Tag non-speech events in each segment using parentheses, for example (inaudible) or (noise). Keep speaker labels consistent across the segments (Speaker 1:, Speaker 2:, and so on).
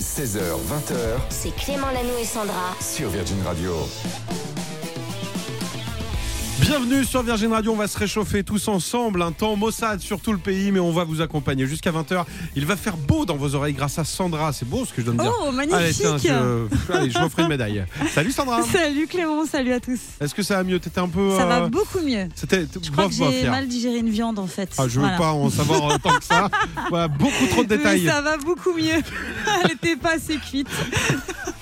Speaker 1: 16h, 20h
Speaker 2: C'est Clément Lanou et Sandra.
Speaker 1: sur Virgin Radio.
Speaker 3: Bienvenue sur Virgin Radio, on va se réchauffer tous ensemble, un temps maussade sur tout le pays, mais on va vous accompagner jusqu'à 20h. Il va faire beau dans vos oreilles grâce à Sandra, c'est beau ce que je donne de dire.
Speaker 4: Oh,
Speaker 3: Allez,
Speaker 4: magnifique
Speaker 3: tiens, je, (laughs) allez, je m'offre une médaille. Salut Sandra
Speaker 4: Salut Clément, salut à tous.
Speaker 3: Est-ce que ça va mieux T'étais un peu...
Speaker 4: Ça
Speaker 3: euh,
Speaker 4: va beaucoup mieux.
Speaker 3: C'était
Speaker 4: Je crois
Speaker 3: bof
Speaker 4: que
Speaker 3: bof
Speaker 4: j'ai
Speaker 3: hier.
Speaker 4: mal digéré une viande en fait.
Speaker 3: Ah, je veux
Speaker 4: Voilà.
Speaker 3: pas en savoir euh, tant que
Speaker 4: (laughs)
Speaker 3: ça. Voilà, beaucoup trop de
Speaker 4: Mais
Speaker 3: détails.
Speaker 4: ça va beaucoup mieux. (laughs) Elle n'était pas assez cuite. (laughs)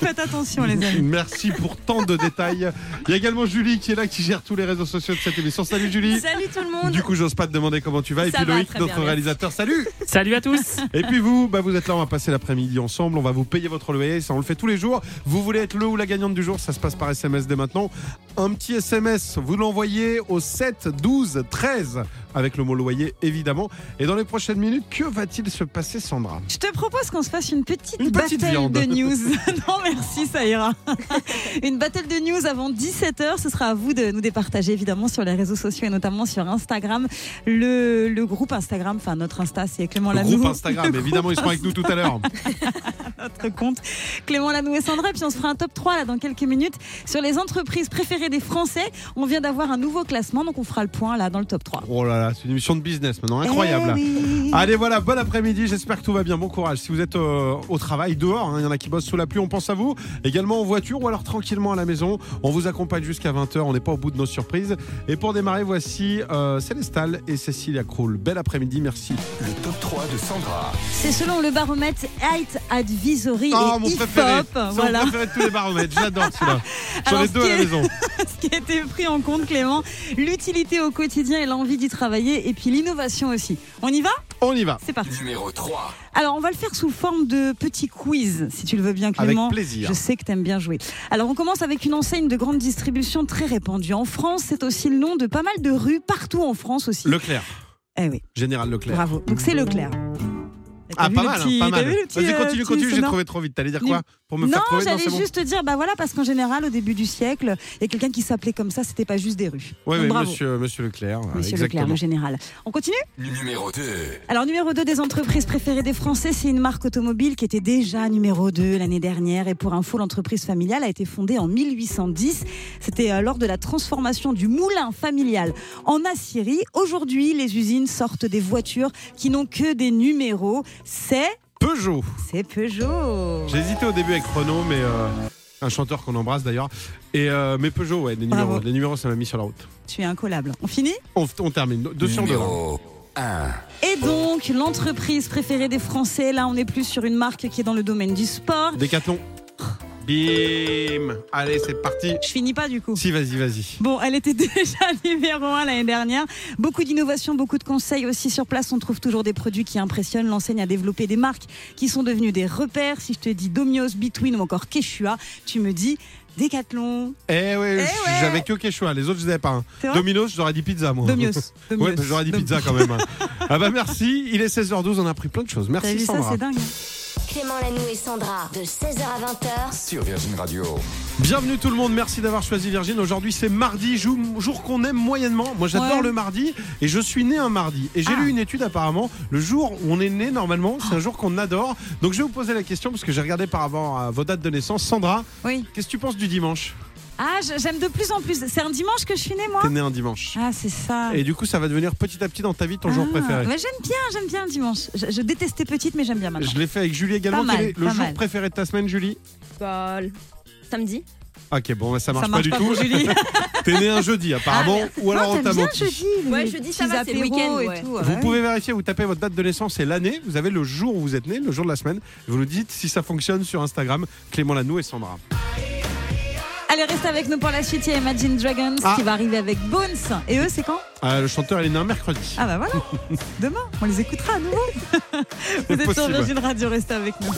Speaker 4: Faites attention les amis.
Speaker 3: Merci pour tant de détails. Il y a également Julie qui est là, qui gère tous les réseaux sociaux de cette émission. Salut Julie
Speaker 5: Salut tout le monde.
Speaker 3: Du coup, j'ose pas te demander comment tu vas. Et
Speaker 5: Ça
Speaker 3: puis
Speaker 5: va,
Speaker 3: Loïc,
Speaker 5: très
Speaker 3: notre
Speaker 5: bien,
Speaker 3: réalisateur, salut
Speaker 6: (laughs) Salut à tous
Speaker 3: Et puis vous, bah vous êtes là, on va passer l'après-midi ensemble, on va vous payer votre loyer, ça on le fait tous les jours. Vous voulez être le ou la gagnante du jour, ça se passe par SMS dès maintenant. Un petit SMS, vous l'envoyez au 7 12 13 avec le mot loyer évidemment. Et dans les prochaines minutes, que va-t-il se passer Sandra
Speaker 4: Je te propose qu'on se fasse une petite,
Speaker 3: Une petite
Speaker 4: battle
Speaker 3: viande.
Speaker 4: de news. (laughs) non merci, ça ira. (laughs) une battle de news avant 17h. Ce sera à vous de nous départager évidemment sur les réseaux sociaux et notamment sur Instagram. Le, le groupe Instagram, enfin notre Insta, c'est Clément
Speaker 3: Le
Speaker 4: Lanou.
Speaker 3: groupe Instagram, évidemment, ils seront avec nous tout à l'heure.
Speaker 4: notre compte. Clément Lanou et Sandra, puis on se fera un top 3 là dans quelques minutes sur les entreprises préférées des Français. On vient d'avoir un nouveau classement, donc on fera le point là dans le top 3.
Speaker 3: Oh là là, c'est une émission de business maintenant, incroyable.
Speaker 4: Eh oui.
Speaker 3: Allez voilà, bon après-midi, j'espère que tout va bien, bon courage. Si vous êtes euh, au travail, dehors, hein, il y en a qui bossent sous la pluie, on pense à vous. Également en voiture ou alors tranquillement à la maison, on vous accompagne jusqu'à 20h, on n'est pas au bout de nos surprises. Et pour démarrer, voici euh, Célestal et Cécilia Kroul. Bel après-midi, merci.
Speaker 1: Le top 3 de Sandra.
Speaker 4: C'est selon le baromètre Height Advisory
Speaker 3: Ah,
Speaker 4: et
Speaker 3: mon
Speaker 4: IFOP.
Speaker 3: préféré, c'est mon
Speaker 4: Voilà
Speaker 3: préféré de tous les baromètres, j'adore
Speaker 4: (laughs)
Speaker 3: celui-là. J'en
Speaker 4: Alors,
Speaker 3: ai
Speaker 4: ce
Speaker 3: deux à
Speaker 4: qui
Speaker 3: la
Speaker 4: est-
Speaker 3: maison.
Speaker 4: ce qui a été pris en compte, Clément. L'utilité au quotidien et l'envie d'y travailler, et puis l'innovation aussi. On y va
Speaker 3: On y va,
Speaker 4: C'est parti.
Speaker 1: Numéro 3.
Speaker 4: Alors, on va le faire sous forme de petit quiz, si tu le veux bien,
Speaker 3: avec
Speaker 4: Clément.
Speaker 3: plaisir.
Speaker 4: Je sais que t'aimes bien jouer. Alors on commence avec une enseigne de grande distribution très répandue en France. C'est aussi le nom de pas mal de rues partout en France aussi.
Speaker 3: Leclerc,
Speaker 4: Eh oui,
Speaker 3: général Leclerc.
Speaker 4: bravo. Donc c'est Leclerc. T'as
Speaker 3: Ah,
Speaker 4: vu
Speaker 3: pas
Speaker 4: le
Speaker 3: mal, hein,
Speaker 4: petit-
Speaker 3: pas
Speaker 4: t'as
Speaker 3: mal.
Speaker 4: vu le petit,
Speaker 3: Vas-y,
Speaker 4: euh,
Speaker 3: continue,
Speaker 4: petit
Speaker 3: continue, j'ai
Speaker 4: sonore
Speaker 3: trouvé trop vite. T'allais dire
Speaker 4: Lim-
Speaker 3: quoi Pour me
Speaker 4: non,
Speaker 3: faire trouver
Speaker 4: j'allais
Speaker 3: c'est bon.
Speaker 4: juste te dire, bah voilà, parce qu'en général, au début du siècle, il y a quelqu'un qui s'appelait comme ça, c'était pas juste des rues.
Speaker 3: Oui,
Speaker 4: Donc,
Speaker 3: oui,
Speaker 4: bravo.
Speaker 3: monsieur, monsieur Leclerc. euh,
Speaker 4: Monsieur
Speaker 3: exactement.
Speaker 4: Leclerc, le général. On continue
Speaker 1: Numéro 2.
Speaker 4: Alors numéro 2 des entreprises préférées des Français, c'est une marque automobile qui était déjà numéro 2 l'année dernière et pour info, l'entreprise familiale a été fondée en 1810. C'était euh, lors de la transformation du moulin familial en aciérie. Aujourd'hui, les usines sortent des voitures qui n'ont que des numéros. C'est
Speaker 3: Peugeot.
Speaker 4: c'est Peugeot.
Speaker 3: J'hésitais au début avec Renault, mais euh, un chanteur qu'on embrasse d'ailleurs. Et euh, mais Peugeot, ouais, les numéros,
Speaker 4: Bravo.
Speaker 3: les numéros, ça m'a mis sur la route.
Speaker 4: Tu es incollable. On finit
Speaker 3: On, on termine. Deux sur deux. hein.
Speaker 1: Numéro 1.
Speaker 4: Et donc l'entreprise préférée des Français, là on est plus sur une marque qui est dans le domaine du sport.
Speaker 3: Décathlon. hein. Bim. Allez, c'est parti.
Speaker 4: Je finis pas du coup.
Speaker 3: Si, vas-y, vas-y.
Speaker 4: Bon, elle était (laughs) déjà numéro 1 l'année dernière. Beaucoup d'innovations, beaucoup de conseils aussi sur place. On trouve toujours des produits qui impressionnent. L'enseigne a développé des marques qui sont devenues des repères. Si je te dis Domios, Between ou encore Quechua, tu me dis Decathlon.
Speaker 3: Eh ouais,
Speaker 4: Eh
Speaker 3: j-
Speaker 4: ouais.
Speaker 3: j'avais que Quechua. Les autres, je les avais pas. hein.
Speaker 4: C'est vrai
Speaker 3: Domino's, j'aurais dit pizza, moi.
Speaker 4: Domios. Domios.
Speaker 3: (laughs) Ouais, bah, j'aurais dit
Speaker 4: Dom-
Speaker 3: pizza quand
Speaker 4: (laughs)
Speaker 3: même. hein. ah bah merci. Il est 16h12, on a appris plein de choses.
Speaker 4: T'as
Speaker 3: Merci
Speaker 4: vu ça,
Speaker 3: Sandra.
Speaker 4: c'est dingue. hein.
Speaker 2: Clément Lanou et Sandra. De 16h à 20h.
Speaker 1: Sur Virgin Radio.
Speaker 3: Bienvenue tout le monde, merci d'avoir choisi Virgin. Aujourd'hui c'est mardi, jour, jour qu'on aime moyennement. Moi j'adore
Speaker 4: Ouais.
Speaker 3: le mardi et je suis né un mardi. Et j'ai
Speaker 4: Ah.
Speaker 3: lu une étude apparemment, le jour où on est né normalement, c'est un jour qu'on adore. Donc je vais vous poser la question parce que j'ai regardé par rapport à vos dates de naissance. Sandra,
Speaker 4: Oui.
Speaker 3: qu'est-ce que tu penses du dimanche
Speaker 4: Ah, je- j'aime de plus en plus. C'est un dimanche que je suis née, moi
Speaker 3: T'es né un dimanche.
Speaker 4: Ah, c'est ça.
Speaker 3: Et du coup ça va devenir petit à petit dans ta vie ton jour
Speaker 4: Ah,
Speaker 3: préféré.
Speaker 4: ouais, J'aime bien, j'aime bien le dimanche. Je, je détestais petite, mais j'aime bien maintenant.
Speaker 3: Je l'ai fait avec Julie également.
Speaker 4: Pas
Speaker 3: Quel
Speaker 4: mal,
Speaker 3: est le
Speaker 4: pas
Speaker 3: jour
Speaker 4: mal.
Speaker 3: préféré de ta semaine Julie
Speaker 5: Bah, l- samedi.
Speaker 3: Ok bon bah, ça marche
Speaker 4: ça marche
Speaker 3: pas,
Speaker 4: (laughs) pour
Speaker 3: du tout.
Speaker 4: Julie.
Speaker 3: T'es né un jeudi apparemment (laughs) ou alors
Speaker 4: non,
Speaker 3: on
Speaker 4: t'aimes
Speaker 3: t'a
Speaker 4: bien
Speaker 3: menti.
Speaker 4: jeudi. les
Speaker 5: Ouais, jeudi, ça
Speaker 4: petits
Speaker 5: va, c'est le
Speaker 4: apéros
Speaker 5: week-end,
Speaker 4: et
Speaker 5: ouais.
Speaker 4: tout, ouais.
Speaker 3: Vous pouvez vérifier, vous tapez votre date de naissance et l'année, vous avez le jour où vous êtes né, le jour de la semaine, et vous nous dites si ça fonctionne sur Instagram, Clément Lanou et Sandra.
Speaker 4: Allez, reste avec nous pour la suite. Il y a Imagine Dragons
Speaker 3: Ah.
Speaker 4: qui va arriver avec Bones. Et eux, c'est quand
Speaker 3: Ah, le chanteur, il est né un mercredi.
Speaker 4: Ah
Speaker 3: (laughs)
Speaker 4: bah voilà, demain, on les écoutera à nouveau. Vous êtes sur
Speaker 3: Possible.
Speaker 4: Virgin Radio, restez avec nous.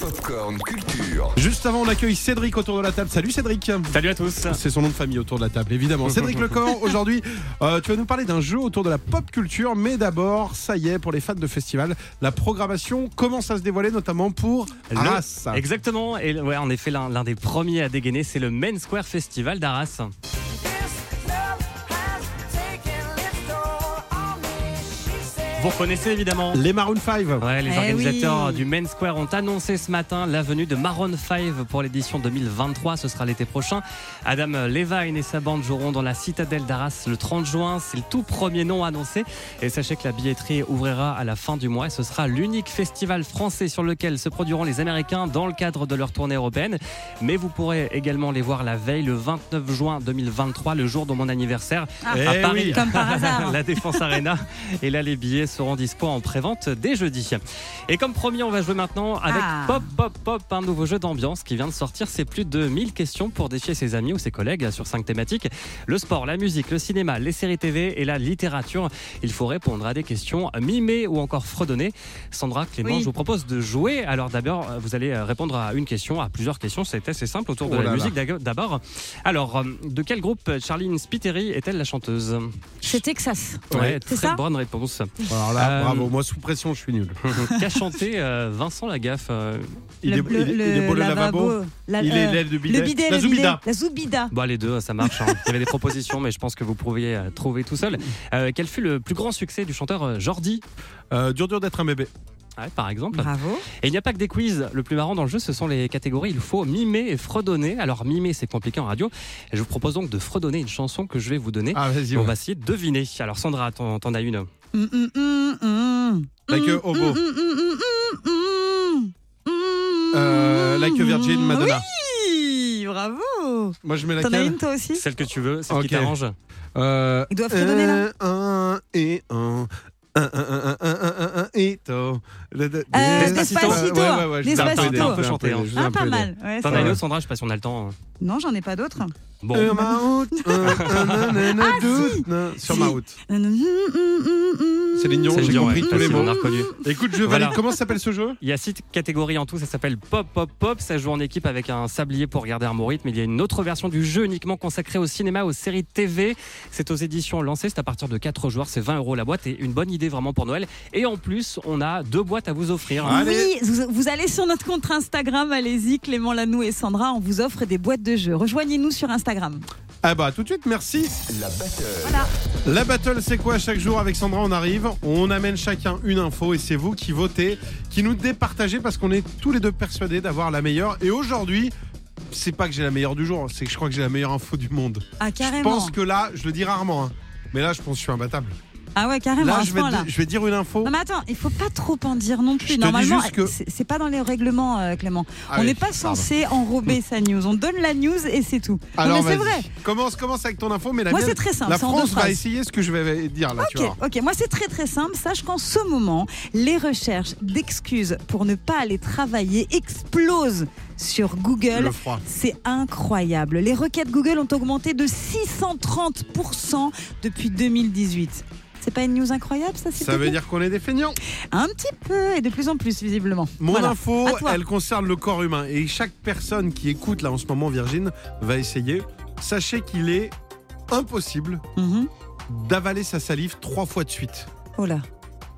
Speaker 1: Popcorn Culture.
Speaker 3: Juste avant, on accueille Cédric autour de la table. Salut Cédric
Speaker 6: Salut à tous
Speaker 3: C'est son nom de famille autour de la table, évidemment. Cédric Lecor, aujourd'hui, euh, tu vas nous parler d'un jeu autour de la pop culture, mais d'abord, ça y est, pour les fans de festival, la programmation commence à se dévoiler, notamment pour l'Arras.
Speaker 6: Exactement, et ouais, en effet, l'un l'un des premiers à dégainer, c'est le Main Square Festival d'Arras. Vous reconnaissez évidemment
Speaker 3: Les Maroon 5.
Speaker 6: Ouais, les
Speaker 4: Eh
Speaker 6: organisateurs
Speaker 4: oui.
Speaker 6: du Main Square ont annoncé ce matin la venue de Maroon 5 pour l'édition 2023. Ce sera l'été prochain. Adam Levine et sa bande joueront dans la citadelle d'Arras le 30 juin. C'est le tout premier nom annoncé. Et sachez que la billetterie ouvrira à la fin du mois. Et ce sera l'unique festival français sur lequel se produiront les Américains dans le cadre de leur tournée européenne. Mais vous pourrez également les voir la veille, le 29 juin 2023, le jour de mon anniversaire.
Speaker 4: Ah,
Speaker 3: Eh
Speaker 6: à Paris.
Speaker 3: oui.
Speaker 4: Comme par hasard.
Speaker 6: (laughs) la Défense Arena. Et là, les billets seront dispo en prévente dès jeudi. Et comme promis, on va jouer maintenant avec
Speaker 4: Ah.
Speaker 6: Pop Pop Pop, un nouveau jeu d'ambiance qui vient de sortir. C'est plus de 1000 questions pour défier ses amis ou ses collègues sur cinq thématiques le sport, la musique, le cinéma, les séries TV et la littérature. Il faut répondre à des questions mimées ou encore fredonnées. Sandra, Clément,
Speaker 4: Oui.
Speaker 6: je vous propose de jouer. Alors d'abord, vous allez répondre à une question, à plusieurs questions. C'est assez simple autour de
Speaker 3: Oh
Speaker 6: la
Speaker 3: là là.
Speaker 6: musique d'ago- d'abord. Alors, euh, de quel groupe Charline Spiteri est-elle la chanteuse
Speaker 4: Chez Texas.
Speaker 6: Ouais,
Speaker 4: C'est
Speaker 6: très
Speaker 4: ça
Speaker 6: bonne réponse.
Speaker 3: Alors là,
Speaker 6: Euh,
Speaker 3: bravo. Moi, sous pression, je suis nul.
Speaker 6: Qu'a chanté euh, Vincent Lagaffe euh,
Speaker 3: Il, est, il- il est beau le lavabo.
Speaker 4: La-
Speaker 3: Il est
Speaker 4: euh,
Speaker 3: l'aile de bidet.
Speaker 4: le bidet,
Speaker 3: La
Speaker 4: le
Speaker 3: Zoubida.
Speaker 4: bidet, La Zoubida.
Speaker 6: Bah les deux, ça marche. hein. Il y avait des propositions, mais je pense que vous pourriez euh, trouver tout seul. Euh, quel fut le plus grand succès du chanteur euh, Jordi,
Speaker 3: Euh, dur dur d'être un bébé.
Speaker 6: Ouais, par exemple
Speaker 3: Ah.
Speaker 4: Bravo.
Speaker 6: Et il n'y a pas que des quiz. Le plus marrant dans le jeu, ce sont les catégories. Il faut mimer et fredonner. Alors mimer, c'est compliqué en radio. Et je vous propose donc de fredonner une chanson que je vais vous donner.
Speaker 3: Ah, vas-y.
Speaker 6: Et on
Speaker 3: ouais.
Speaker 6: va essayer de deviner. Alors Sandra, t'en t'en as une.
Speaker 4: Mm, mm, mm, mm.
Speaker 3: La queue
Speaker 4: Mm,
Speaker 3: au
Speaker 4: mm,
Speaker 3: beau.
Speaker 4: mm, mm, mm, mm, mm.
Speaker 3: Euh, la queue Virgin, Madonna.
Speaker 4: Oui, bravo.
Speaker 3: Moi, je mets
Speaker 4: T'en as
Speaker 3: laquelle
Speaker 4: une toi aussi
Speaker 6: Celle que tu veux, celle
Speaker 3: Ok.
Speaker 6: qui t'arrange.
Speaker 3: euh,
Speaker 4: Ils doivent fredonner, là.
Speaker 3: un, Un et un. Un, un, un, un, un, un, un, et to. Le- le-
Speaker 4: Euh,
Speaker 3: Despacito.
Speaker 4: Despacito.
Speaker 3: Ouais, ouais, ouais, je vous ai un peu aidé,
Speaker 4: Despacito. T'as un
Speaker 3: je
Speaker 6: peu
Speaker 3: vous ai
Speaker 6: chanté,
Speaker 3: aidé,
Speaker 6: hein.
Speaker 3: je vous ai
Speaker 4: Ah,
Speaker 3: un peu
Speaker 4: pas
Speaker 3: aidé.
Speaker 4: mal. Ouais, ça
Speaker 6: T'en as une
Speaker 4: va.
Speaker 6: autre, Sandra Je sais pas si on a le temps. hein.
Speaker 4: Non, j'en ai pas d'autres.
Speaker 6: Bon.
Speaker 3: Euh, ma route, euh, euh, nanana, doute, nan, Sur
Speaker 4: Si.
Speaker 3: ma route.
Speaker 4: Mm, mm, mm, mm.
Speaker 3: C'est l'ignon,
Speaker 6: Céline
Speaker 3: j'ai
Speaker 6: Dion, ouais,
Speaker 3: compris tous les
Speaker 6: facile,
Speaker 3: mots.
Speaker 6: on a reconnu.
Speaker 3: Écoute, je
Speaker 6: Voilà.
Speaker 3: valide. Comment ça s'appelle ce jeu
Speaker 6: Il y a six catégories en tout, ça s'appelle Pop Pop Pop, ça joue en équipe avec un sablier pour garder un bon rythme. Il y a une autre version du jeu uniquement consacrée au cinéma, aux séries TV. C'est aux éditions lancées, c'est à partir de 4 joueurs, c'est 20 euros la boîte et une bonne idée vraiment pour Noël. Et en plus, on a deux boîtes à vous offrir.
Speaker 3: Ah. Allez.
Speaker 4: Oui, vous, vous allez sur notre compte Instagram, allez-y, Clément Lanou et Sandra, on vous offre des boîtes de jeux. Rejoignez-nous sur Instagram.
Speaker 3: Ah bah, tout de suite, merci.
Speaker 1: La batteur.
Speaker 3: La battle, c'est quoi chaque jour avec Sandra On arrive, on amène chacun une info et c'est vous qui votez, qui nous départagez parce qu'on est tous les deux persuadés d'avoir la meilleure. Et aujourd'hui, c'est pas que j'ai la meilleure du jour, hein. c'est que je crois que j'ai la meilleure info du monde.
Speaker 4: Ah,
Speaker 3: Je
Speaker 4: carrément.
Speaker 3: pense que là, je le dis rarement, hein, mais là, je pense que je suis imbattable.
Speaker 4: Ah ouais, carrément,
Speaker 3: Là,
Speaker 4: à
Speaker 3: je
Speaker 4: ce
Speaker 3: vais,
Speaker 4: point-là.
Speaker 3: di- je vais dire une info.
Speaker 4: Non mais attends, il faut pas trop en dire
Speaker 3: Je
Speaker 4: non plus.
Speaker 3: te dis
Speaker 4: Normalement,
Speaker 3: juste que-
Speaker 4: c'est c'est pas dans les règlements, euh, Clément.
Speaker 3: Ah
Speaker 4: on
Speaker 3: oui,
Speaker 4: n'est pas
Speaker 3: pardon.
Speaker 4: censé enrober sa news. On donne la news et c'est tout. Non,
Speaker 3: Alors,
Speaker 4: mais c'est
Speaker 3: vas-y.
Speaker 4: vrai.
Speaker 3: Commence, commence avec ton info, mais la
Speaker 4: Moi,
Speaker 3: mienne-
Speaker 4: c'est très simple,
Speaker 3: La
Speaker 4: c'est en
Speaker 3: France
Speaker 4: deux
Speaker 3: va
Speaker 4: phrases.
Speaker 3: essayer ce que je vais dire là, tu
Speaker 4: Ok,
Speaker 3: vois.
Speaker 4: ok. Moi, c'est très très simple. Sache qu'en ce moment, les recherches d'excuses pour ne pas aller travailler explosent sur Google.
Speaker 3: Le froid.
Speaker 4: C'est incroyable. Les requêtes Google ont augmenté de 630% depuis 2018. C'est pas une news incroyable, ça s'il
Speaker 3: Ça
Speaker 4: te
Speaker 3: veut
Speaker 4: plaît
Speaker 3: dire qu'on est des feignants.
Speaker 4: Un petit peu, et de plus en plus, visiblement.
Speaker 3: Mon
Speaker 4: Voilà.
Speaker 3: info,
Speaker 4: À toi.
Speaker 3: elle concerne le corps humain. Et chaque personne qui écoute là en ce moment, Virgin, va essayer. Sachez qu'il est impossible
Speaker 4: Mhm.
Speaker 3: d'avaler sa salive trois fois de suite.
Speaker 4: Oh là,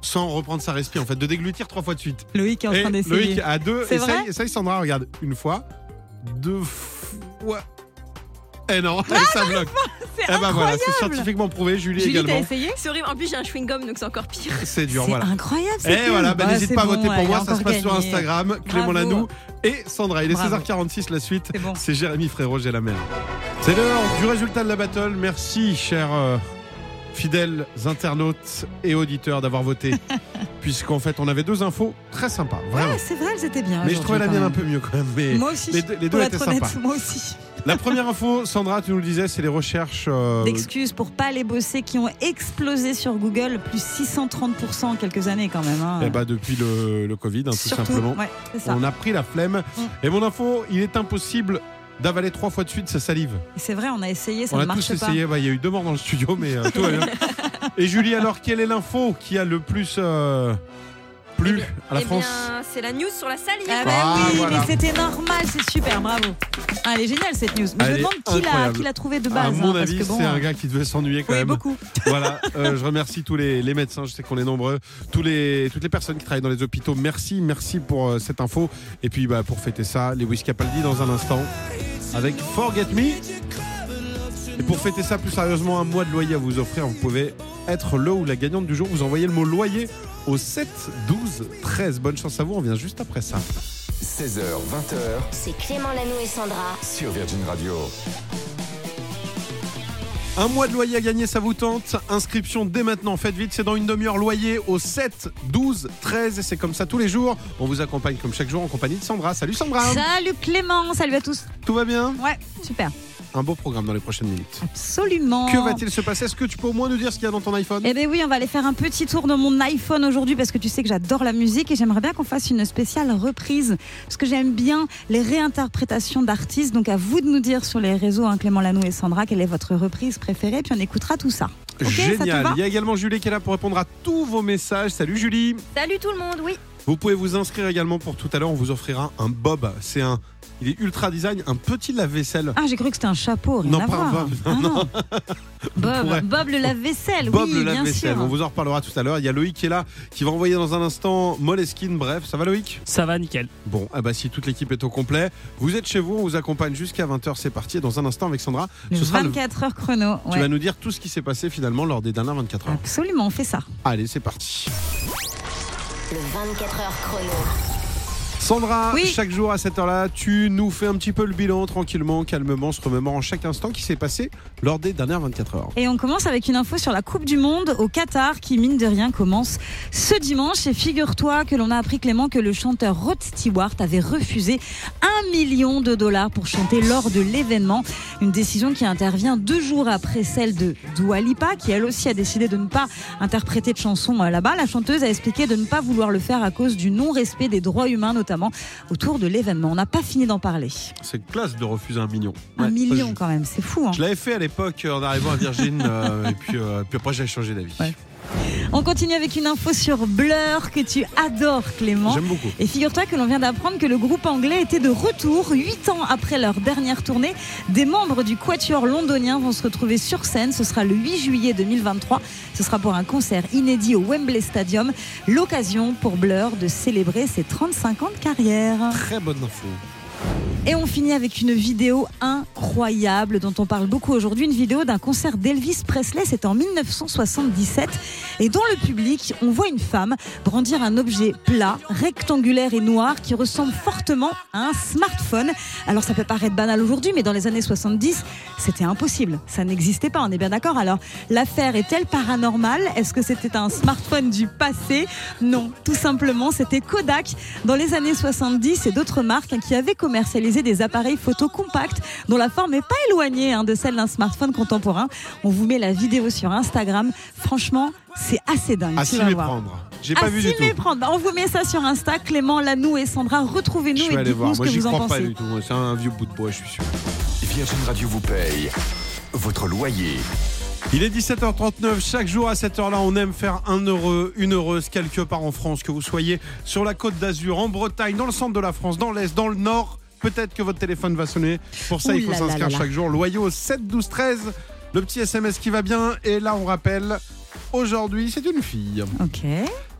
Speaker 3: Sans reprendre sa respire, en fait, de déglutir trois fois de suite.
Speaker 4: Loïc est en
Speaker 3: Et
Speaker 4: train d'essayer.
Speaker 3: Loïc à deux.
Speaker 4: C'est
Speaker 3: Essaye,
Speaker 4: vrai
Speaker 3: essaye, Sandra, regarde. Une fois, deux fois. Eh non, (laughs) ça bloque.
Speaker 4: Ah, C'est
Speaker 3: Eh ben voilà,
Speaker 4: incroyable.
Speaker 3: c'est scientifiquement prouvé. Julie,
Speaker 4: Julie, t'as
Speaker 3: également.
Speaker 4: essayé
Speaker 5: C'est horrible. En plus, j'ai un chewing-gum, donc c'est encore pire.
Speaker 3: C'est dur,
Speaker 4: C'est
Speaker 3: voilà.
Speaker 4: incroyable.
Speaker 3: Et
Speaker 4: cette news.
Speaker 3: voilà, bah,
Speaker 4: Bah,
Speaker 3: n'hésite
Speaker 4: c'est
Speaker 3: pas à
Speaker 4: bon,
Speaker 3: voter pour
Speaker 4: elle
Speaker 3: moi,
Speaker 4: a
Speaker 3: ça se
Speaker 4: encore
Speaker 3: passe sur
Speaker 4: gagné.
Speaker 3: Instagram, Clément
Speaker 4: Bravo.
Speaker 3: Lanou et Sandra. Il est
Speaker 4: Bravo.
Speaker 3: 16h46, la suite.
Speaker 4: C'est bon.
Speaker 3: C'est Jérémy Frérot, j'ai la mer. C'est l'heure du résultat de la battle. Merci, chers euh, fidèles internautes et auditeurs, d'avoir
Speaker 4: (laughs)
Speaker 3: voté. Puisqu'en fait, on avait deux infos très sympas, vraiment.
Speaker 4: Ouais, Ah, c'est vrai, elles étaient bien.
Speaker 3: Ah, mais je trouvais la
Speaker 4: aujourd'hui,
Speaker 3: mienne un
Speaker 4: quand
Speaker 3: peu mieux quand même. Mais
Speaker 4: même. Moi aussi.
Speaker 3: les deux, les deux
Speaker 4: pour
Speaker 3: étaient
Speaker 4: être honnête,
Speaker 3: sympas.
Speaker 4: moi aussi.
Speaker 3: La première info, Sandra, tu nous le disais, c'est les recherches. euh,
Speaker 4: D'excuses pour pas aller bosser qui ont explosé sur Google, plus 630% en quelques années quand même. hein.
Speaker 3: eh ben, depuis le, le Covid, hein, tout
Speaker 4: Surtout,
Speaker 3: simplement.
Speaker 4: ouais, c'est ça.
Speaker 3: On a pris la flemme.
Speaker 4: Mm.
Speaker 3: Et mon info, il est impossible d'avaler trois fois de suite sa salive.
Speaker 4: Et C'est vrai, on a essayé, ça
Speaker 3: on
Speaker 4: ne
Speaker 3: a
Speaker 4: marche
Speaker 3: tous
Speaker 4: pas.
Speaker 3: essayé. Bah, Il y a eu deux morts dans le studio, mais euh, tout va
Speaker 4: (laughs)
Speaker 3: bien. Et Julie, alors, quelle est l'info qui a le plus euh, plu à la
Speaker 5: Eh
Speaker 3: France
Speaker 5: bien, c'est la news sur la salive.
Speaker 4: Ah bah
Speaker 3: Ah,
Speaker 4: oui,
Speaker 3: voilà.
Speaker 4: mais c'était normal, c'est super, bravo. Ah, elle est géniale cette news.
Speaker 3: Elle
Speaker 4: Mais je
Speaker 3: est
Speaker 4: me demande qui l'a,
Speaker 3: incroyable.
Speaker 4: qui l'a trouvé de
Speaker 3: À
Speaker 4: base. hein,
Speaker 3: mon
Speaker 4: parce
Speaker 3: avis,
Speaker 4: que bon,
Speaker 3: c'est
Speaker 4: euh,
Speaker 3: un gars qui devait s'ennuyer quand
Speaker 4: oui,
Speaker 3: même.
Speaker 4: beaucoup.
Speaker 3: Voilà, euh, je remercie tous les, les médecins, je sais qu'on est nombreux, tous les, toutes les personnes qui travaillent dans les hôpitaux. Merci, merci pour euh, cette info. Et puis bah, pour fêter ça, les Capaldi dans un instant avec Forget Me. Et pour fêter ça plus sérieusement, un mois de loyer à vous offrir. Vous pouvez être le ou la gagnante du jour, vous envoyez le mot loyer au 7 12 13. Bonne chance à vous, on vient juste après ça.
Speaker 1: 16h, 20h
Speaker 2: C'est Clément Lanoux et Sandra.
Speaker 1: sur Virgin Radio.
Speaker 3: Un mois de loyer à gagner, ça vous tente Inscription dès maintenant, faites vite, c'est dans une demi-heure. Loyer au 7, 12, 13 et c'est comme ça tous les jours. On vous accompagne comme chaque jour en compagnie de Sandra. Salut Sandra
Speaker 4: Salut Clément, salut à tous.
Speaker 3: Tout va bien
Speaker 4: Ouais, super.
Speaker 3: Un beau programme dans les prochaines minutes.
Speaker 4: Absolument.
Speaker 3: Que va-t-il se passer Est-ce que tu peux au moins nous dire ce qu'il y a dans ton iPhone
Speaker 4: Eh bien oui, on va aller faire un petit tour dans mon iPhone aujourd'hui parce que tu sais que j'adore la musique et j'aimerais bien qu'on fasse une spéciale reprise parce que j'aime bien les réinterprétations d'artistes. Donc à vous de nous dire sur les réseaux, hein, Clément Lanoux et Sandra, quelle est votre reprise préférée puis on écoutera tout ça. Eh, Ok, ça te
Speaker 3: Génial.
Speaker 4: va
Speaker 3: Il y a également Julie qui est là pour répondre à tous vos messages. Salut Julie.
Speaker 5: Salut tout le monde, oui.
Speaker 3: Vous pouvez vous inscrire également pour tout à l'heure. On vous offrira un Bob. C'est un. Il est ultra design, un petit lave-vaisselle.
Speaker 4: Ah, j'ai cru que c'était un chapeau, rien
Speaker 3: Non,
Speaker 4: à
Speaker 3: pas un
Speaker 4: voir.
Speaker 3: Bob, (laughs)
Speaker 4: Ah non. Bob,
Speaker 3: pourrez-
Speaker 4: Bob le lave-vaisselle,
Speaker 3: Bob
Speaker 4: oui,
Speaker 3: le
Speaker 4: bien
Speaker 3: lave-vaisselle.
Speaker 4: sûr.
Speaker 3: On vous en reparlera tout à l'heure. Il y a Loïc qui est là, qui va envoyer dans un instant Moleskine. Bref, ça va Loïc
Speaker 7: Ça va, nickel.
Speaker 3: Bon, ah bah si toute l'équipe est au complet, vous êtes chez vous, on vous accompagne jusqu'à 20h. C'est parti. Et Dans un instant avec Sandra,
Speaker 4: Le
Speaker 3: ce sera le-
Speaker 4: 24 heures chrono.
Speaker 3: Tu
Speaker 4: ouais.
Speaker 3: vas nous dire tout ce qui s'est passé finalement lors des dernières 24 heures.
Speaker 4: Absolument, on fait ça.
Speaker 3: Allez, c'est parti.
Speaker 2: Le 24 heures chrono.
Speaker 3: Sandra,
Speaker 4: Oui.
Speaker 3: chaque jour à cette heure-là, tu nous fais un petit peu le bilan tranquillement, calmement, se remémorant chaque instant qui s'est passé lors des dernières 24 heures.
Speaker 4: Et on commence avec une info sur la Coupe du Monde au Qatar qui, mine de rien, commence ce dimanche. Et figure-toi que l'on a appris, Clément, que le chanteur Rod Stewart avait refusé 1 million de dollars pour chanter lors de l'événement. Une décision qui intervient deux jours après celle de Dua Lipa, qui elle aussi a décidé de ne pas interpréter de chansons euh, là-bas. La chanteuse a expliqué de ne pas vouloir le faire à cause du non-respect des droits humains, notamment autour de l'événement. On n'a pas fini d'en parler.
Speaker 3: C'est classe de refuser un million.
Speaker 4: Un
Speaker 3: Ouais.
Speaker 4: million
Speaker 3: Je-
Speaker 4: quand même, c'est fou. hein.
Speaker 3: Je l'avais fait à l'époque euh, en arrivant à Virgin, euh, et puis, euh, puis après j'ai changé d'avis.
Speaker 4: Ouais. On continue avec une info sur Blur que tu adores, Clément.
Speaker 3: J'aime beaucoup.
Speaker 4: Et figure-toi que l'on vient d'apprendre que le groupe anglais était de retour. Huit ans après leur dernière tournée, des membres du Quatuor londonien vont se retrouver sur scène. Ce sera le 8 juillet 2023. Ce sera pour un concert inédit au Wembley Stadium. L'occasion pour Blur de célébrer ses 35 ans de carrière.
Speaker 3: Très bonne info.
Speaker 4: Et on finit avec une vidéo incroyable dont on parle beaucoup aujourd'hui, une vidéo d'un concert d'Elvis Presley, c'était en 1977, et dans le public, on voit une femme brandir un objet plat, rectangulaire et noir qui ressemble fortement à un smartphone. Alors ça peut paraître banal aujourd'hui, mais dans les années 70, c'était impossible, ça n'existait pas, on est bien d'accord. Alors l'affaire est-elle paranormale Est-ce que c'était un smartphone du passé Non, tout simplement, c'était Kodak dans les années 70 et d'autres marques hein, qui avaient commercialisé des appareils photo compacts dont la forme n'est pas éloignée hein, de celle d'un smartphone contemporain. On vous met la vidéo sur Instagram. Franchement, c'est assez dingue.
Speaker 3: À
Speaker 4: tu
Speaker 3: s'y
Speaker 4: vas voir.
Speaker 3: méprendre. J'ai
Speaker 4: À
Speaker 3: pas vu
Speaker 4: s'y
Speaker 3: du tout.
Speaker 4: méprendre. Bah, on vous met ça sur Insta, Clément, Lanou et Sandra.
Speaker 3: Je
Speaker 4: Retrouvez-nous
Speaker 3: vais
Speaker 4: et
Speaker 3: aller
Speaker 4: dites-nous
Speaker 3: voir.
Speaker 4: ce
Speaker 3: Moi
Speaker 4: que
Speaker 3: j'y
Speaker 4: vous en
Speaker 3: crois pas
Speaker 4: pensez.
Speaker 3: du tout. C'est un vieux bout de bois, je suis sûr.
Speaker 1: Virgin Radio vous paye votre loyer.
Speaker 3: Il est 17h39, chaque jour à cette heure-là, on aime faire un heureux, une heureuse quelque part en France, que vous soyez sur la côte d'Azur, en Bretagne, dans le centre de la France, dans l'Est, dans le Nord, peut-être que votre téléphone va sonner. Pour ça,
Speaker 4: Ouh
Speaker 3: il faut
Speaker 4: là là
Speaker 3: s'inscrire
Speaker 4: là là.
Speaker 3: chaque jour. Loyau au 7 12 13, le petit SMS qui va bien. Et là, on rappelle, aujourd'hui, c'est une fille.
Speaker 4: Ok.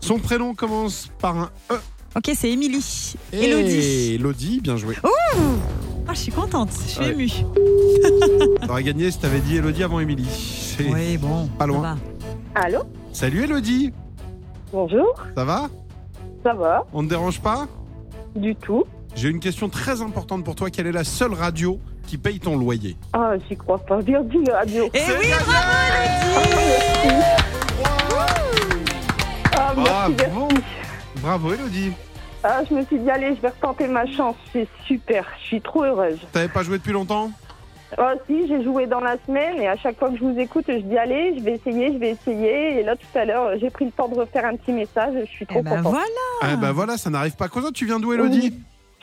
Speaker 3: Son prénom commence par un E.
Speaker 4: Ok, c'est Émilie.
Speaker 3: Et
Speaker 4: Elodie.
Speaker 3: Elodie, bien joué.
Speaker 4: Ah, je suis contente. Je suis
Speaker 3: Ouais.
Speaker 4: émue.
Speaker 3: T'aurais gagné si t'avais dit Elodie avant Émilie. C'est
Speaker 4: Oui, bon.
Speaker 3: pas loin.
Speaker 4: ça va.
Speaker 8: Allô
Speaker 3: Salut Elodie,
Speaker 8: Bonjour,
Speaker 3: ça va
Speaker 8: ça va
Speaker 3: On te dérange pas
Speaker 8: Du tout.
Speaker 3: J'ai une question très importante pour toi. Quelle est la seule radio qui paye ton loyer
Speaker 8: Ah, j'y crois pas. Virgin Radio.
Speaker 4: Eh oui, bravo, Elodie
Speaker 8: Ah, merci, merci.
Speaker 3: Bravo Bravo Elodie
Speaker 8: Ah, je me suis dit, allez, je vais retenter ma chance. C'est super. Je suis trop heureuse.
Speaker 3: T'avais pas joué depuis longtemps
Speaker 8: Ah, si, j'ai joué dans la semaine et à chaque fois que je vous écoute, je dis, allez, je vais essayer, je vais essayer. Et là, tout à l'heure, j'ai pris le temps de refaire un petit message. Je suis trop
Speaker 4: Eh ben
Speaker 8: contente.
Speaker 4: voilà.
Speaker 3: Eh ben voilà, ça n'arrive pas qu'aux autres. Tu viens d'où Elodie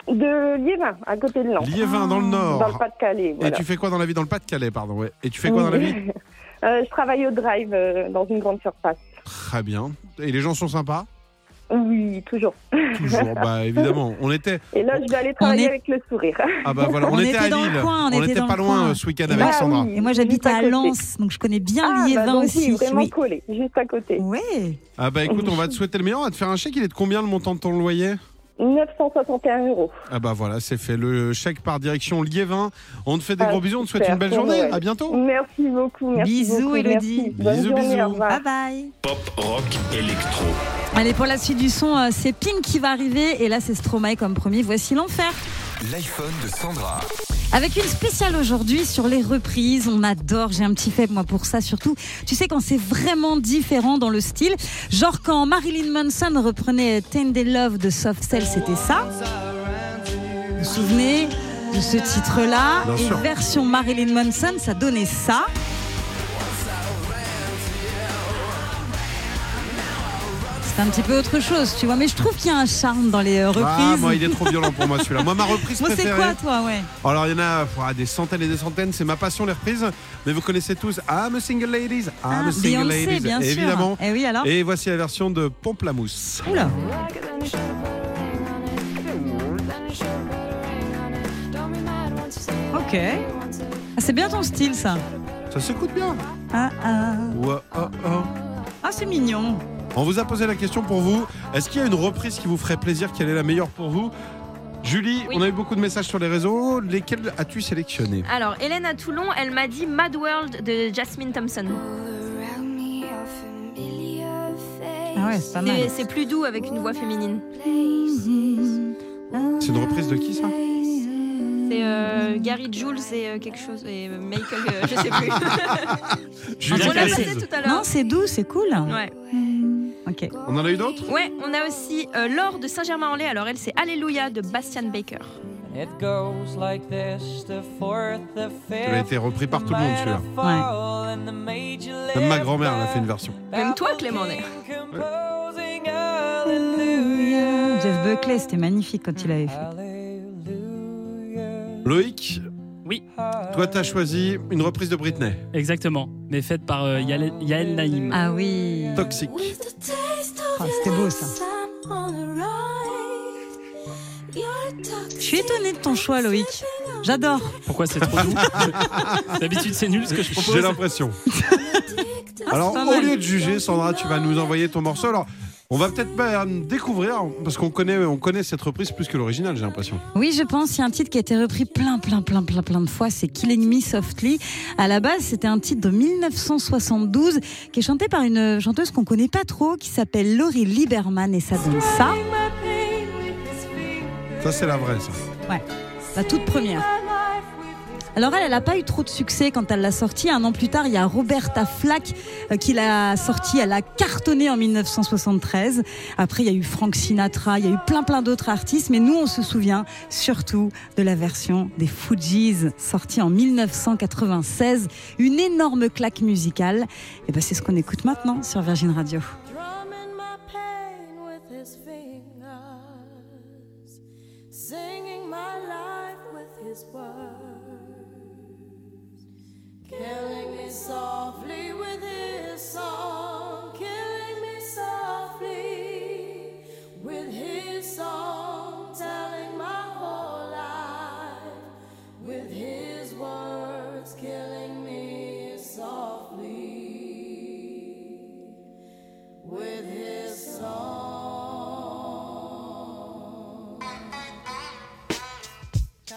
Speaker 8: De Liévin, à côté de Nantes.
Speaker 3: Liévin, dans le
Speaker 8: Dans le
Speaker 3: Nord.
Speaker 8: Pas-de-Calais,
Speaker 3: Et
Speaker 8: voilà.
Speaker 3: tu fais quoi dans la vie Dans le Pas-de-Calais, pardon. ouais. Et tu fais quoi dans la vie
Speaker 8: (laughs) Euh, Je travaille au drive euh, dans une grande surface.
Speaker 3: Très bien. Et les gens sont sympas
Speaker 8: Oui, toujours.
Speaker 4: (laughs)
Speaker 3: Toujours. Bah évidemment. On était.
Speaker 8: Et là, je vais aller travailler
Speaker 4: est-
Speaker 8: avec le sourire.
Speaker 3: Ah bah voilà, on,
Speaker 4: On
Speaker 3: était,
Speaker 4: était
Speaker 3: à
Speaker 4: dans le
Speaker 3: Lille.
Speaker 4: coin, on
Speaker 3: on
Speaker 4: était
Speaker 3: était
Speaker 4: dans
Speaker 3: pas
Speaker 4: le
Speaker 3: loin
Speaker 4: coin. Bah
Speaker 3: euh, ce week-end avec Sandra.
Speaker 1: Ah.
Speaker 4: Et moi j'habite
Speaker 8: Juste
Speaker 4: à
Speaker 8: côté.
Speaker 4: Lens, donc je connais bien
Speaker 8: Ah, bah,
Speaker 4: Liévin
Speaker 8: donc, oui,
Speaker 4: aussi.
Speaker 8: vraiment
Speaker 4: Oui.
Speaker 8: collé, juste à côté.
Speaker 4: Ouais.
Speaker 3: Ah bah écoute, on va te souhaiter le meilleur. On va te faire un chèque. Il est de combien le montant de ton loyer
Speaker 8: 961 euros.
Speaker 3: Ah bah voilà, c'est fait. Le chèque par direction Liévin. On te fait des
Speaker 8: Ah,
Speaker 3: gros bisous, on te souhaite
Speaker 8: super,
Speaker 3: une belle
Speaker 8: pour
Speaker 3: journée.
Speaker 8: Noël.
Speaker 3: À bientôt.
Speaker 8: Merci beaucoup. Merci
Speaker 4: Mmh. Bisous,
Speaker 8: beaucoup,
Speaker 4: Élodie. Ah, bah,
Speaker 8: merci. Bonne
Speaker 3: Bisous,
Speaker 8: journée,
Speaker 3: bisous.
Speaker 8: au revoir.
Speaker 4: Bye bye.
Speaker 1: Pop, rock, électro.
Speaker 4: Allez, pour la suite du son, euh, c'est Pink qui va arriver. Et là, c'est Stromae comme promis. Voici l'enfer.
Speaker 1: L'iPhone de Sandra.
Speaker 4: Avec une spéciale aujourd'hui sur les reprises, on adore, j'ai un petit faible moi pour ça surtout. Tu sais quand c'est vraiment différent dans le style, genre quand Marilyn Manson reprenait Tender Love de Soft Cell, c'était ça. Vous vous souvenez de ce titre-là
Speaker 3: Bien
Speaker 4: Et
Speaker 3: sûr.
Speaker 4: version Marilyn Manson, ça donnait ça. C'est un petit peu autre chose, tu vois, mais je trouve qu'il y a un charme dans les euh, reprises.
Speaker 3: Ah, moi, il est trop violent pour moi celui-là. Moi, ma reprise
Speaker 4: Moi, c'est
Speaker 3: préférée.
Speaker 4: quoi toi, ouais
Speaker 3: Alors, il y en a pff, ah, des centaines et des centaines. C'est ma passion, les reprises. Mais vous connaissez tous I'm a single ladies. I'm
Speaker 4: Ah,
Speaker 3: a single
Speaker 4: Beyoncé,
Speaker 3: ladies.
Speaker 4: bien sûr.
Speaker 3: Évidemment.
Speaker 4: Eh oui, alors
Speaker 3: Et voici la version de Pomplamoose.
Speaker 4: Oula Ok. Ah, c'est bien ton style, ça.
Speaker 3: Ça s'écoute bien.
Speaker 4: Ah, ah.
Speaker 3: Ouais, oh, oh.
Speaker 4: Ah, c'est mignon.
Speaker 3: On vous a posé la question pour vous. Est-ce qu'il y a une reprise qui vous ferait plaisir Quelle est la meilleure pour vous Julie,
Speaker 5: Oui.
Speaker 3: on a eu beaucoup de messages sur les réseaux. Lesquels as-tu sélectionné
Speaker 5: Alors, Hélène à Toulon, elle m'a dit Mad World de Jasmine Thompson.
Speaker 4: Ah ouais, c'est pas
Speaker 5: C'est-
Speaker 4: mal.
Speaker 5: C'est plus doux avec une voix féminine.
Speaker 3: C'est une reprise de qui ça
Speaker 5: C'est euh, Gary Jules et euh, quelque chose. Et euh, Michael, euh, je sais plus.
Speaker 4: (laughs)
Speaker 3: Julie,
Speaker 5: on l'a
Speaker 3: quelle
Speaker 5: passé
Speaker 3: reprise
Speaker 5: tout à
Speaker 4: Non,
Speaker 5: l'heure.
Speaker 4: c'est doux, c'est cool.
Speaker 5: Ouais.
Speaker 4: Ok.
Speaker 3: On en a eu d'autres
Speaker 5: ouais, on a aussi euh, Laure de Saint-Germain-en-Laye. Alors, elle, c'est Alléluia de Bastian Baker.
Speaker 7: It goes like this, the fourth, the fifth.
Speaker 3: Il a été repris par tout le monde celui-là. Même ma grand-mère en a fait une version.
Speaker 5: Même toi, Clément, d'ailleurs.
Speaker 4: Jeff Buckley, c'était magnifique quand il avait fait.
Speaker 3: Loïc
Speaker 9: Oui.
Speaker 3: Toi, t'as choisi une reprise de Britney.
Speaker 9: Exactement, mais faite par euh, Yael, Yael Naïm.
Speaker 4: Ah oui.
Speaker 3: Toxic.
Speaker 4: Ah, c'était beau, ça. Je suis étonnée de ton choix, Loïc. J'adore.
Speaker 9: Pourquoi c'est trop doux D'habitude, c'est nul ce que je propose.
Speaker 3: J'ai l'impression. Alors,
Speaker 4: pas
Speaker 3: au
Speaker 4: mal.
Speaker 3: lieu de juger, Sandra, tu vas nous envoyer ton morceau. Alors, on va peut-être pas découvrir, parce qu'on connaît, on connaît cette reprise plus que l'original, j'ai l'impression.
Speaker 4: Oui, je pense. Il y a un titre qui a été repris plein, plein, plein, plein, plein de fois. C'est Killing Me Softly. À la base, c'était un titre de 1972 qui est chanté par une chanteuse qu'on connaît pas trop, qui s'appelle Laurie Lieberman, et ça donne ça.
Speaker 3: Ça, c'est la vraie, ça.
Speaker 4: La toute première. Alors elle, elle n'a pas eu trop de succès quand elle l'a sortie. Un an plus tard, il y a Roberta Flack euh, qui l'a sortie. Elle a cartonné en 1973. Après, il y a eu Frank Sinatra, il y a eu plein plein d'autres artistes. Mais nous, on se souvient surtout de la version des Fugees sortie en 1996. Une énorme claque musicale. Et ben, c'est ce qu'on écoute maintenant sur Virgin Radio.
Speaker 10: drumming my pain with his fingers, singing my life with his words, killing me softly with his song, killing me softly with his song, telling my whole life with his words, killing me softly with his song.
Speaker 11: Yo.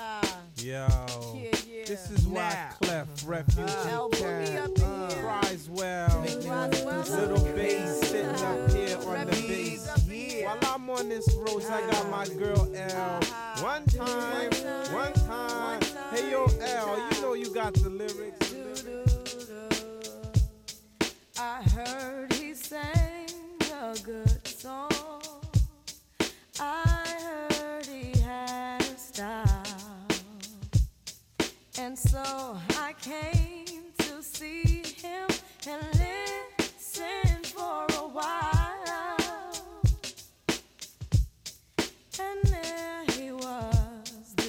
Speaker 10: Yeah, yeah.
Speaker 11: This is why Clef Refuge
Speaker 10: Now
Speaker 11: in
Speaker 10: put me
Speaker 11: town.
Speaker 10: up in here.
Speaker 11: Cries well. Little bass sitting
Speaker 10: Uh-huh.
Speaker 11: up here on the bass. While I'm on this roast, I got my
Speaker 10: Uh-huh.
Speaker 11: girl L. One time, one time. Hey yo L, you know you got the lyrics.
Speaker 10: I heard he sang a good song. I heard he had a style. And so I came to see him and listen for a while. And there he was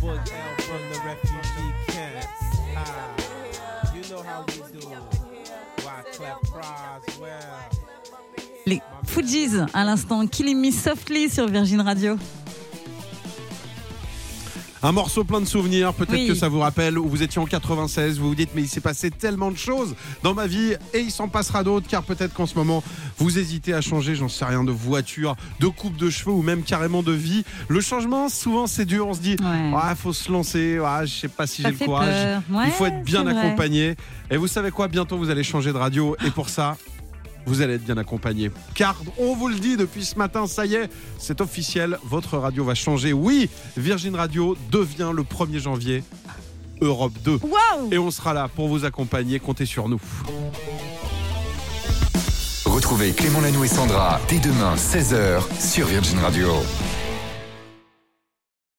Speaker 11: Boog L from the refugee camp. Ah, you know how we do. Why clap prize well.
Speaker 4: Les Fujis, à l'instant, Killing Me Softly sur Virgin Radio.
Speaker 3: Un morceau plein de souvenirs, peut-être
Speaker 4: Oui.
Speaker 3: que ça vous rappelle où vous étiez en 96, vous vous dites mais il s'est passé tellement de choses dans ma vie et il s'en passera d'autres car peut-être qu'en ce moment vous hésitez à changer, j'en sais rien, de voiture, de coupe de cheveux ou même carrément de vie. Le changement, souvent c'est dur, on se dit ah faut se lancer, ah, je sais pas si
Speaker 4: Ça
Speaker 3: j'ai le
Speaker 4: fait
Speaker 3: courage.
Speaker 4: peur. Ouais,
Speaker 3: il faut être bien
Speaker 4: c'est vrai.
Speaker 3: accompagné. Et vous savez quoi, bientôt vous allez changer de radio et pour ça vous allez être bien accompagné. Car on vous le dit depuis ce matin, ça y est, c'est officiel, votre radio va changer. Oui, Virgin Radio devient le 1er janvier Europe 2. Et on sera là pour vous accompagner, comptez sur nous.
Speaker 1: Retrouvez Clément Lanou et Sandra dès demain 16h sur Virgin Radio.